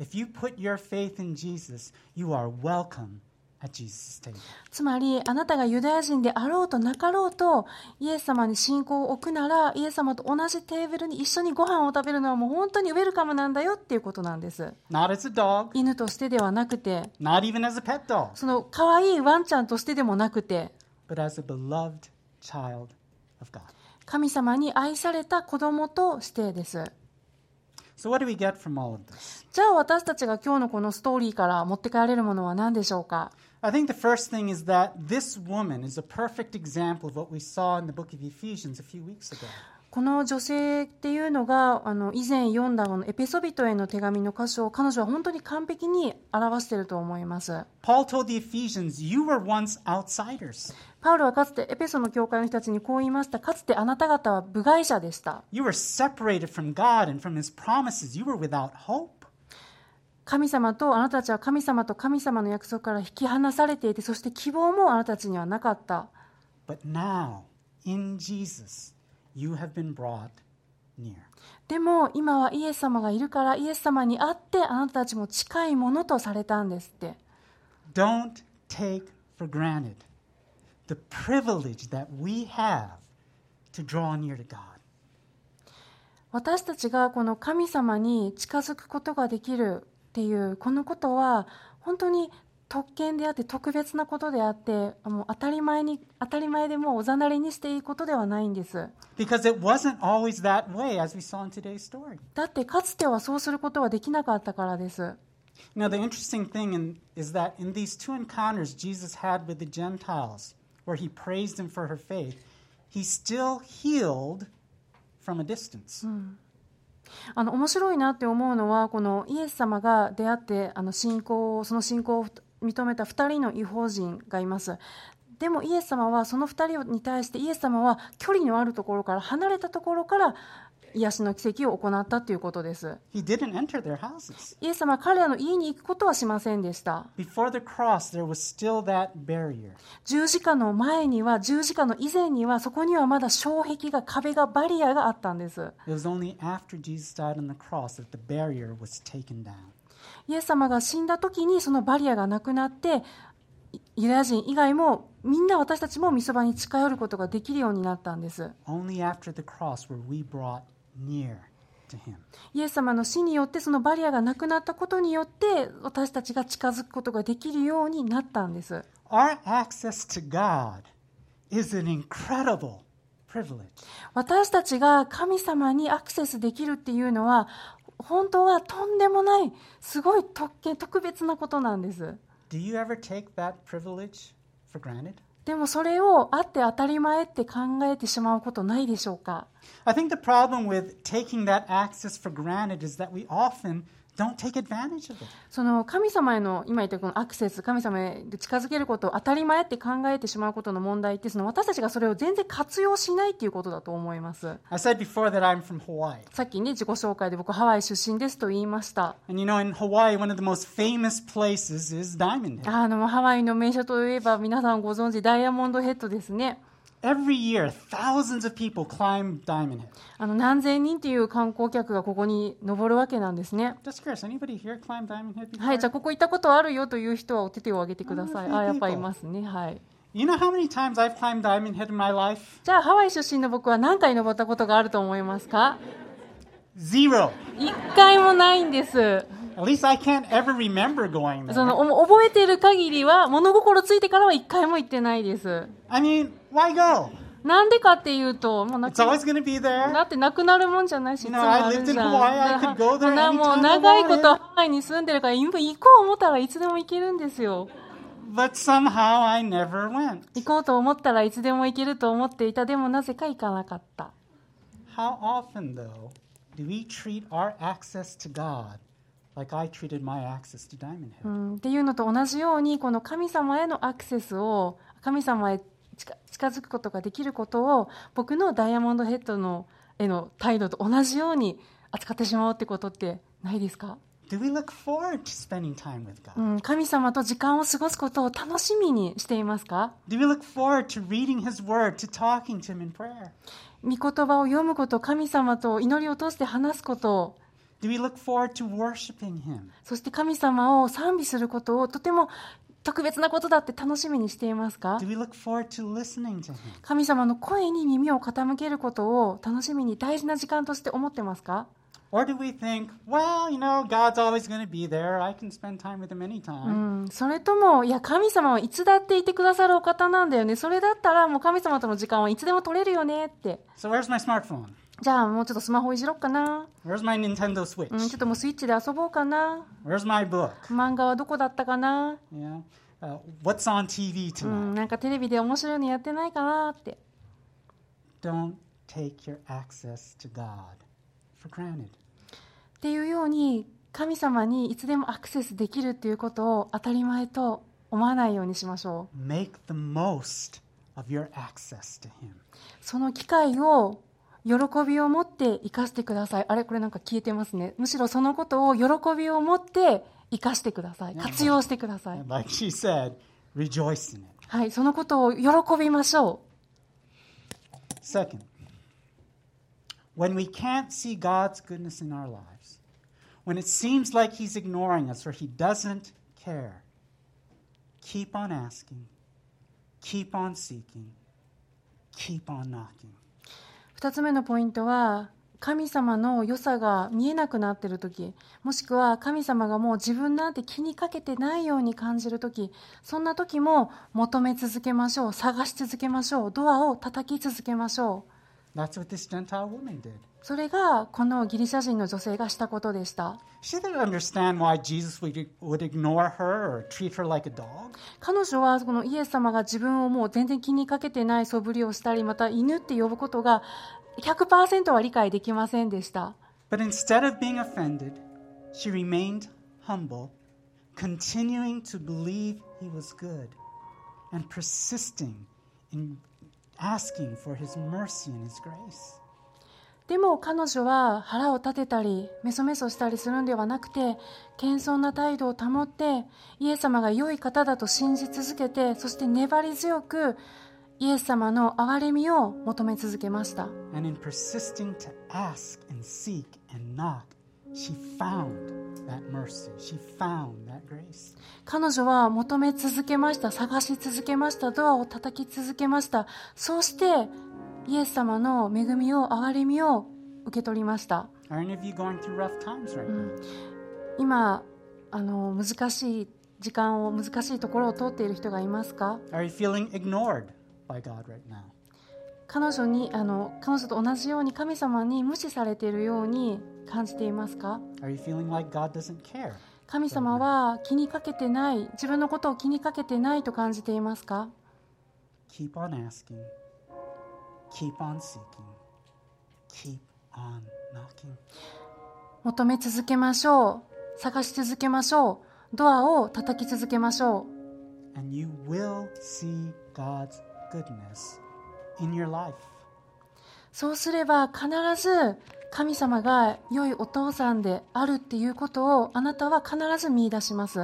if you put your faith in Jesus, you are welcome at Jesus' table. つまりあなたがユダヤ人であろうとなかろうとイエス様に信仰を置くならイエス様と同じテーブルに一緒にご飯を食べるのはもう本当にウェルカムなんだよっていうことなんです Not as a dog, 犬としてではなくて not even as a pet dog, その可愛いワンちゃんとしてでもなくて but as a beloved child of God. 神様に愛された子供としてです。 So, what do we get from all of this? じゃあ私たちが今日のこのストーリーから持って帰れるものは何でしょうか I think the first thing is that this woman is a perfect example of what we saw in the book of Ephesians a few weeks ago. この女性っていうのがあの以前読んだこのエペソビトへの手紙の箇所を彼女は本当に完璧に表していると思います Paul told the Ephesians, You were once outsiders. パウロはかつてエペソの教会の人たちにこう言いましたかつてあなた方は部外者でした You were separated from God and from his promises. You were without hope. 神様とあなたたちは神様と神様の約束から引き離されていてそして希望もあなたたちにはなかった But now, in Jesus, you have been brought near. でも今はイエス様がいるからイエス様に会ってあなたたちも近いものとされたんですって Don't take for granted the privilege that we have to draw near to God. 私たちがこの神様に近づくことができるっていうこのことは本当に特権であって特別なことであってもう当たり前に当たり前でもうおざなりにしていいことではないんです Because it wasn't always that way, as we saw in today's story. だってかつてはそうすることはできなかったからです Now, the interesting thing in, is that in these two encounters Jesus had with the Gentiles, where he praised them for her faith, he still healed from a distance. あの面白いなって思うのはこのイエス様が出会ってあの信仰をその信仰を認めた2人の違法人がいますでもイエス様はその2人に対してイエス様は距離のあるところから離れたところから癒しの奇跡を行ったということです He didn't enter their houses. イエス様は彼らの家に行くことはしませんでした Before the cross, there was still that barrier. 十字架の前には十字架の以前にはそこにはまだ障壁が壁がバリアがあったんです It was only after Jesus died on the cross that the barrier was taken down. イエス様が死んだ時にそのバリアがなくなっていユダヤ人以外もみんな私たちもみそばに近寄ることができるようになったんです Only after the cross were we brought near to him. イエス様の死によってそのバリアがなくなったことによって私たちが近づくことができるようになったんです Our access to God is an incredible privilege. 私たちが神様にアクセスできるっていうのは本当はとんでもないすごい特権特別なことなんです Do you ever take that privilege for granted? でもそれをあって当たり前って考えてしまうことないでしょうか I think the problem with taking that access for granted is that we often don't take advantage of it. その神様への今言ったこのアクセス神様へ近づけることを当たり前って考えてしまうことの問題ってその私たちがそれを全然活用しないっていうことだと思います I said before that I'm from Hawaii. さっきね自己紹介で僕ハワイ出身ですと言いました And you know, in Hawaii, one of the most famous places is Diamond Head. あのもうハワイの名所といえば皆さんご存知ダイヤモンドヘッドですね Every year, thousands of people climb Diamond Head. あの何千人という観光客がここに登るわけなんですね Just curious, anybody here climb Diamond Head はいじゃあ before? ここ行ったことあるよという人はお手手を挙げてくださいあーあーやっぱいますねはい You know how many times I've climbed Diamond Head in my life? じゃあハワイ出身の僕は何回登ったことがあると思いますか Zero. 一回もないんです。 At least I can't ever remember going そ there. のお覚えてる限りは物心ついてからは一回も行ってないです。 I mean, why go? なんでかっていうと、もうな It's く always going to be だ there. ってなくなるもんじゃないし、い You つ know, もある I lived じゃ in Hawaii. I ん could go there もうな。もう anytime I 長いこ wanted. とハワイに住んでるから、今行こう思ったらいつでも行けるんですよ。 But somehow I never went. 行こうと思ったらいつでも行けると思っていた。でもなぜか行かなかった。 How often, though, do we treat our access to God like I treated my access to Diamond う Head? ん、っていうのと同じようにこの神様へのアクセスを神様へ近近づくことができることを僕のダイヤモンドヘッドのへの態度と同じように扱ってしまうってことってないですか、 Do we look forward to spending time with う God? ん、神様と時間を過ごすことを楽しみにしていますか Do we look forward to reading His Word, to talking to Him in prayer? 御言葉を読むこと神様と祈りを通して話すこと Do we look forward to worshiping Him? そして神様を賛美することをとても特別なことだって楽しみにしていますか Do we look forward to listening to Him? 神様の声に耳を傾けることを楽しみに大事な時間として思ってますか、 Or do we think, well, you know, God's always going to be there. I can spend time with Him う anytime. ん、それともいや神様はいつだっていてくださるお方なんだよねそれだったらもう神様との時間はいつでも取れるよねって So where's my smartphone? じゃあもうちょっとスマホいじろっかな、 Where's my Nintendo Switch? うん、ちょっともうスイッチで遊ぼうかな Where's my book? 漫画はどこだったかな、 Yeah. Uh, what's on TV う tonight? ん、なんかテレビで面白いのやってないかなって Don't take your access to God for granted. っていうように神様にいつでもアクセスできるっていうことを当たり前と思わないようにしましょう Make the most of your access to Him. その機会を喜びを持って生かしてください。あれこれなんか消えてますね。むしろそのことを喜びを持って生かしてください。活用してください And。like she said, rejoice in it. はい、そのことを喜びましょ Second, when we can't see God's goodness in our lives, when it seems like He's ignoring us or He doesn't care, keep on asking, keep on seeking, keep on knocking. う。二つ目のポイントは、神様の良さが見えなくなっているとき、もしくは神様がもう自分なんて気にかけてないように感じるとき、そんなときも求め続けましょう。探し続けましょう。ドアを叩き続けましょう。 That's what this Gentile woman did. それがこのギリシャ人の女性がしたことでした。 She didn't understand why Jesus would, would ignore her or treat her like a dog. 彼女はこのイエス様が自分をもう全然気にかけてない素振りをしたりまた犬って呼ぶことが100%は理解できませんでした But instead of being offended, she remained humble, continuing to believe he was good and persisting in asking for his mercy and his grace. でも彼女は腹を立てたりメソメソしたりするんではなくて謙遜な態度を保ってイエス様が良い方だと信じ続けてそして粘り強くイエス様の憐れみを求め続けました And in persisting to ask and seek and knock, She found that mercy. She found that grace. 彼女は求め続けました探し続けましたドアを叩き続けましたそうしてイエス様の恵みを憐れみを受け取りました Are any of you going through rough times right now? 今あの難しい時間を難しいところを通っている人がいますか Are you feeling ignored by God right now? 彼女にあの彼女と同じように神様に無視されているように感じていますか Are you feeling like God doesn't care? 神様は気にかけてない自分のことを気にかけてないと感じていますか Keep on asking. Keep on seeking. Keep on knocking. 求め続けましょう探し続けましょうドアを叩き続けましょ And you will see God's goodness in your life. うそうすれば必ず神様が良いお父さんであるっていうことをあなたは必ず見出します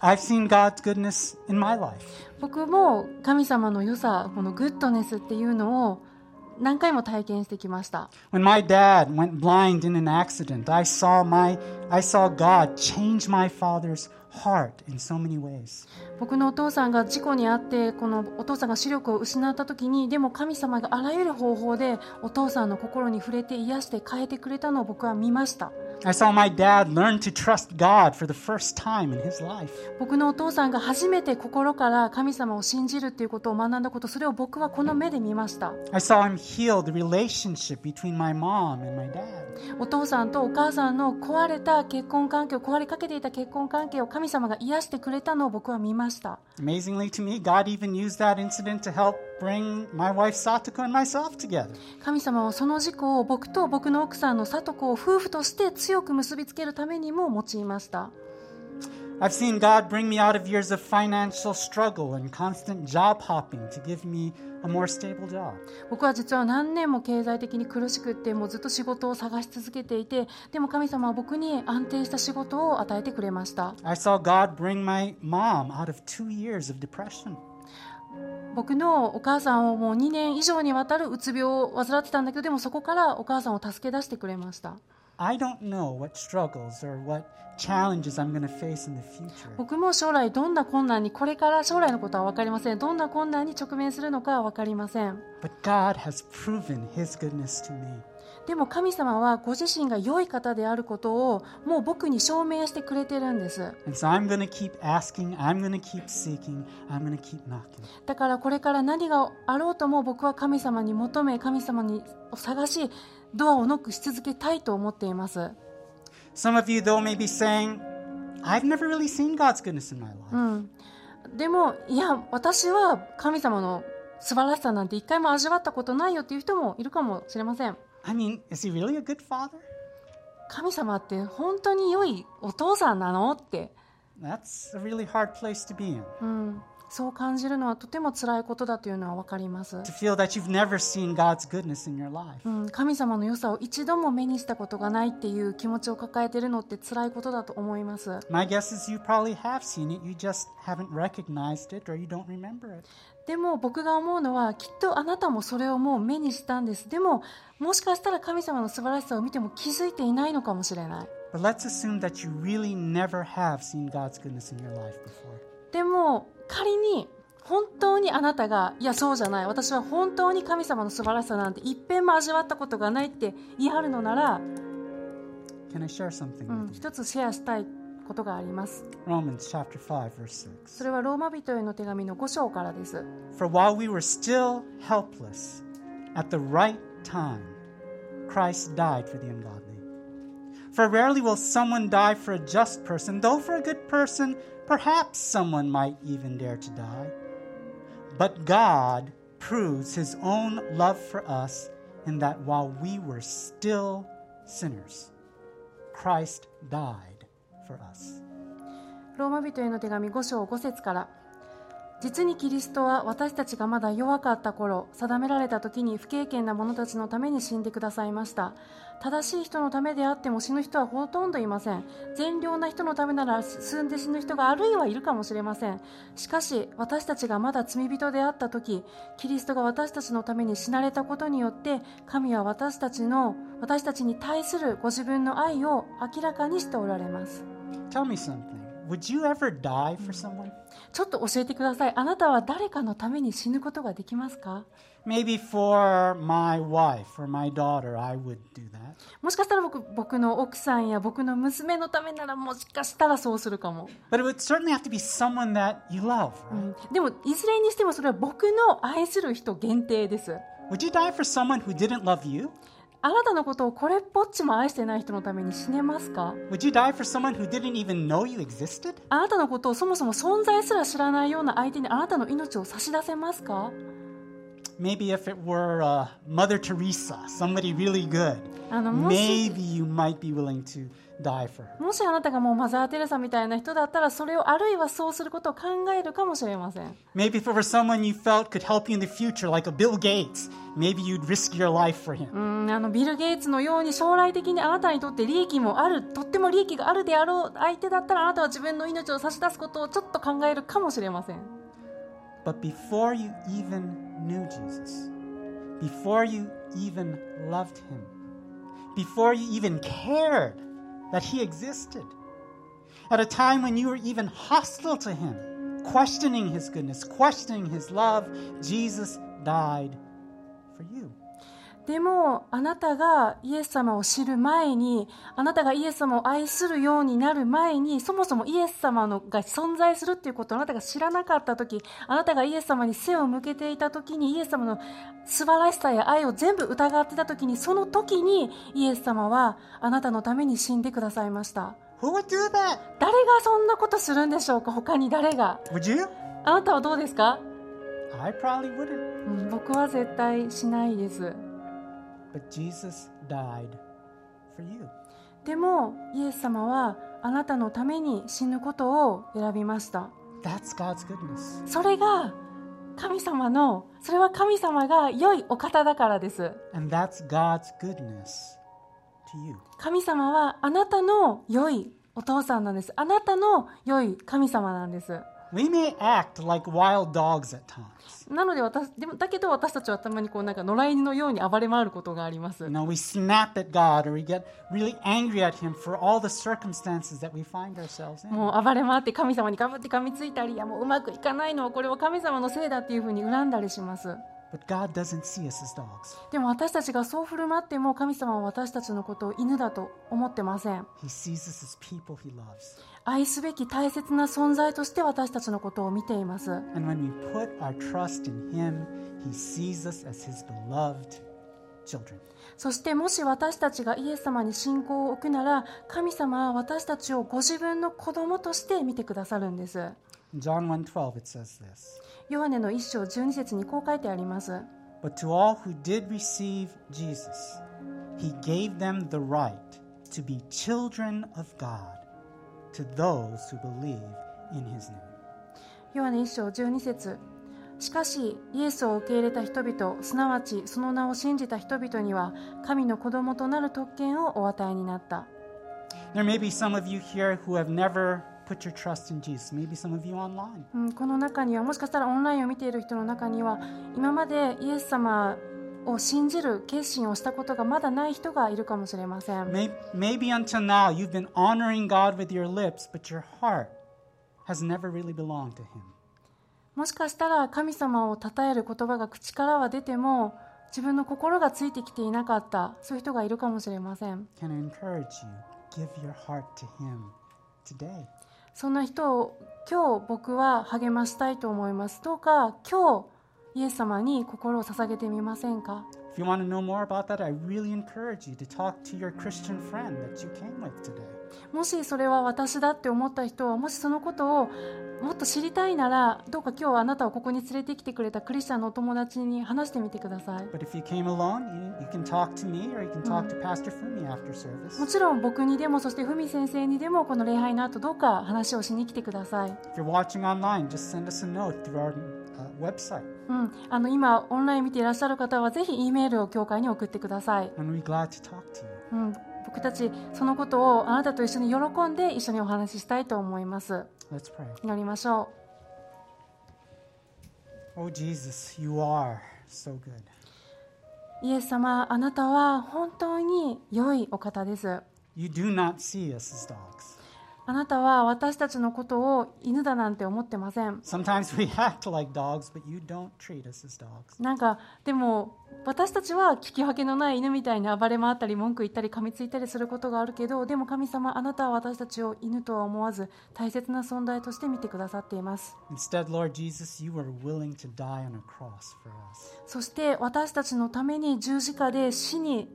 I've seen God's goodness in my life. 僕も神様の良さこのグッドネスっていうのを何回も体験してきました When my dad went blind in an accident, I saw my I saw God change my father's heart in so many ways. 僕のお父さんが事故に遭ってこのお父さんが視力を失った時にでも神様があらゆる方法でお父さんの心に触れて癒して変えてくれたのを僕は見ました I saw my dad learn to trust God for the first time in his life. 僕のお父さんが初めて心から神様を信じるっていうことを学んだことそれを僕はこの目で見ました I saw him heal the relationship between my mom and my dad. お父さんとお母さんの壊れた結婚関係を壊れかけていた結婚関係を神様が癒してくれたのを僕は見ました Amazingly to me, God even used that incident to help bring my wife Satoko and myself together. 神様はその事故を僕と僕の奥さんの里子を夫婦として強く結びつけるためにも用いました I've seen God bring me out of years of financial struggle and constant job hopping to give me a more stable job. 僕は実は何年も経済的に苦しくってもうずっと仕事を探し続けていてでも神様は僕に安定した仕事を与えてくれました I saw God bring my mom out of two years of depression. 僕のお母さんをもう2年以上にわたるうつ病を患ってたんだけどでもそこからお母さんを助け出してくれました I don't know what struggles or what challenges I'm going to face in the future. 僕も将来どんな困難にこれから将来のことは分かりませんどんな困難に直面するのかは分かりません But God has proven His goodness to me. でも神様はご自身が良い方であることをもう僕に証明してくれてるんです And so I'm going to keep asking, I'm going to keep seeking, I'm going to keep knocking. だからこれから何があろうとも僕は神様に求め神様に探しドアをノックし続けたいと思っています Some of you, though, may be saying, I've never really seen God's goodness in my life. うん、でもいや私は神様の素晴らしさなんて一回も味わったことないよっていう人もいるかもしれません I mean, is He really a good father? 神様って本当に良いお父さんなのって、 That's a really hard place to be in. うん、そう感じるのはとても辛いことだというのは分かります To、feel that you've never seen God's goodness in your life. うん、神様の良さを一度も目にしたことがないっていう気持ちを抱えてるのって辛いことだと思います My guess is you probably have seen it, you just haven't recognized it or you don't remember it. でも僕が思うのはきっとあなたもそれをもう目にしたんですでももしかしたら神様の素晴らしさを見ても気づいていないのかもしれない But let's assume that you really never have seen God's goodness in your life before. でも仮に本当にあなたがいやそうじゃない私は本当に神様の素晴らしさなんて一遍も味わったことがないって言い張るのなら、 Can I share something うん、 with you? 一つシェアしたいことがあります。 Romans chapter 5, verse 6. それはローマ人への手紙の5章からです。 For while we were still helpless, at the right time, Christ died for the ungodly. For rarely will someone die for a just person, though for a good person, perhaps someone might even dare to die. But God proves his own love for us in that while we were still sinners, Christ died for us. ローマ人への手紙5章5節から実にキリストは私たちがまだ弱かった頃定められた時に不経験な者たちのために死んでくださいました正しい人のためであっても死ぬ人はほとんどいません善良な人のためなら進んで死ぬ人があるいはいるかもしれませんしかし私たちがまだ罪人であった時キリストが私たちのために死なれたことによって神は私たちの私たちに対するご自分の愛を明らかにしておられます Tell me something. Would you ever die for someone? ちょっと教えてくださいあなたは誰かのために死ぬことができますか Maybe for my wife or my daughter, I would do that. もしかしたら僕僕の奥さんや僕の娘のためならもしかしたらそうするかも、 But it would certainly have to be someone that you love, う right? んでもいずれにしてもそれは僕の愛する人限定です Would you die for someone who didn't love you? あなたのことをこれっぽっちも愛してない人のために死ねますか Would you die for someone who didn't even know you existed? あなたのことをそもそも存在すら知らないような相手にあなたの命を差し出せますか Maybe if it were uh, Mother Teresa, somebody really good, あのもし maybe you might be willing to die for her. もしあなたがもうマザー・テレサみたいな人だったらそれをあるいはそうすることを考えるかもしれません Maybe if it were someone you felt could help you in the future, like a Bill Gates, maybe you'd risk your life for う him. んあのビル・ゲイツのように将来的にあなたにとって利益もあるとっても利益があるであろう相手だったらあなたは自分の命を差し出すことをちょっと考えるかもしれません But before you even knew Jesus, before you even loved him, before you even cared that he existed, at a time when you were even hostile to him, questioning his goodness, questioning his love, Jesus died for you. でもあなたがイエス様を知る前にあなたがイエス様を愛するようになる前にそもそもイエス様のが存在するっていうことをあなたが知らなかった時あなたがイエス様に背を向けていた時にイエス様の素晴らしさや愛を全部疑ってた時にその時にイエス様はあなたのために死んでくださいました Who would do that? 誰がそんなことするんでしょうか他に誰が Would you? あなたはどうですか、 I probably wouldn't. うん、僕は絶対しないです But Jesus died for you. でもイエス様はあなたのために死ぬことを選びました That's God's goodness. それが神様のそれは神様が良いお方だからです And that's God's goodness to you. 神様はあなたの良いお父さんなんですあなたの良い神様なんです We may act like wild dogs at times. なので私でもだけど私たちはたまにこうなんか野良犬のように暴れ回ることがあります You know, we snap at God or we get really angry at Him for all the circumstances that we find ourselves in. もう暴れ回って神様にかぶって噛みついたりいやもううまくいかないのはこれは神様のせいだっていうふうに恨んだりします But God doesn't see us as dogs, でも私たちがそう振る舞っても神様は私たちのことを犬だと思ってません He sees us as people He loves. 愛すべき大切な存在として私たちのことを見ています And when we put our trust in Him, He sees us as His beloved children. そしてもし私たちがイエス様に信仰を置くなら神様は私たちをご自分の子供として見てくださるんです In John 1:12 it says this. ヨハネの一章十二節にこう書いてあります But to all who did receive Jesus, he gave them the right to be children of God, to those who believe in his name. ヨハネ一章十二節しかしイエスを受け入れた人々すなわちその名を信じた人々には神の子供となる特権をお与えになった There may be some of you here who have never put your trust in Jesus, maybe some of you online. うん、この中にはもしかしたらオンラインを見ている人の中には今までイエス様を信じる決心をしたことがまだない人がいるかもしれません May- Maybe until now you've been honoring God with your lips, but your heart has never really belonged to him. もしかしたら神様を称える言葉が口からは出ても自分の心がついてきていなかったそういう人がいるかもしれません Can I encourage you? Give your heart to him today. そんな人を今日僕は励ましたいと思いますどうか今日イエス様に心を捧げてみませんか If you want to know more about that, I really encourage you to talk to your Christian friend that you came with today. もしそれは私だって思った人はもしそのことをもっと知りたいならどうか今日はあなたをここに連れてきてくれたクリスチャンのお友達に話してみてください But if you came alone, you, you can talk to me or you can talk to Pastor Fumi after も service. ちろん僕にでもそしてふみ先生にでもこの礼拝の後どうか話をしに来てください、 If you're watching online, just send us a note through our uh, website, うん、あの今オンライン見ていらっしゃる方はぜひ E メールを教会に送ってください、 and we'd be glad to talk to you. うん、僕たちそのことをあなたと一緒に喜んで一緒にお話ししたいと思います Let's pray. 祈りましょ Oh, Jesus, you are so good. うイエス様あなたは本当に良いお方です You do not see us as dogs. あなたは私たちのことを犬だなんて思ってません Sometimes we act like dogs, but you don't treat us as dogs. なんかでも私たちは聞き分けのない犬みたいに暴れ回ったり文句言ったり噛みついたりすることがあるけどでも神様あなたは私たちを犬とは思わず大切な存在として見てくださっています Instead, Lord Jesus, you were willing to die on a cross for us. そして私たちのために十字架で死に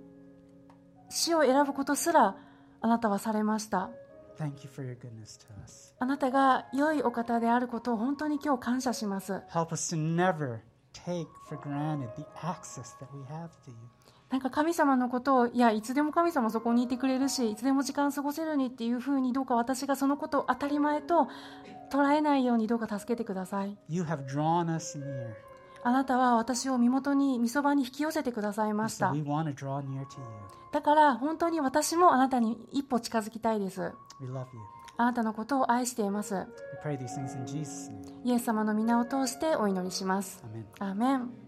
死を選ぶことすらあなたはされました Thank you for your goodness to us. あなたが良いお方であることを本当に今日感謝します Help us to never take for granted the access that we have to you. なんか神様のことをいやいつでも神様そこにいてくれるしいつでも時間過ごせるにっていうふうにどうか私がそのことを当たり前と捉えないようにどうか助けてください You have drawn us near. あなたは私を身元に身そばに引き寄せてくださいまし So た we want to draw near to you. だから本当に私もあなたに一歩近づきたいです We love you. あなたのことを愛しています We pray these things in Jesus' name. イエス様の皆を通してお祈りします Amen. アーメン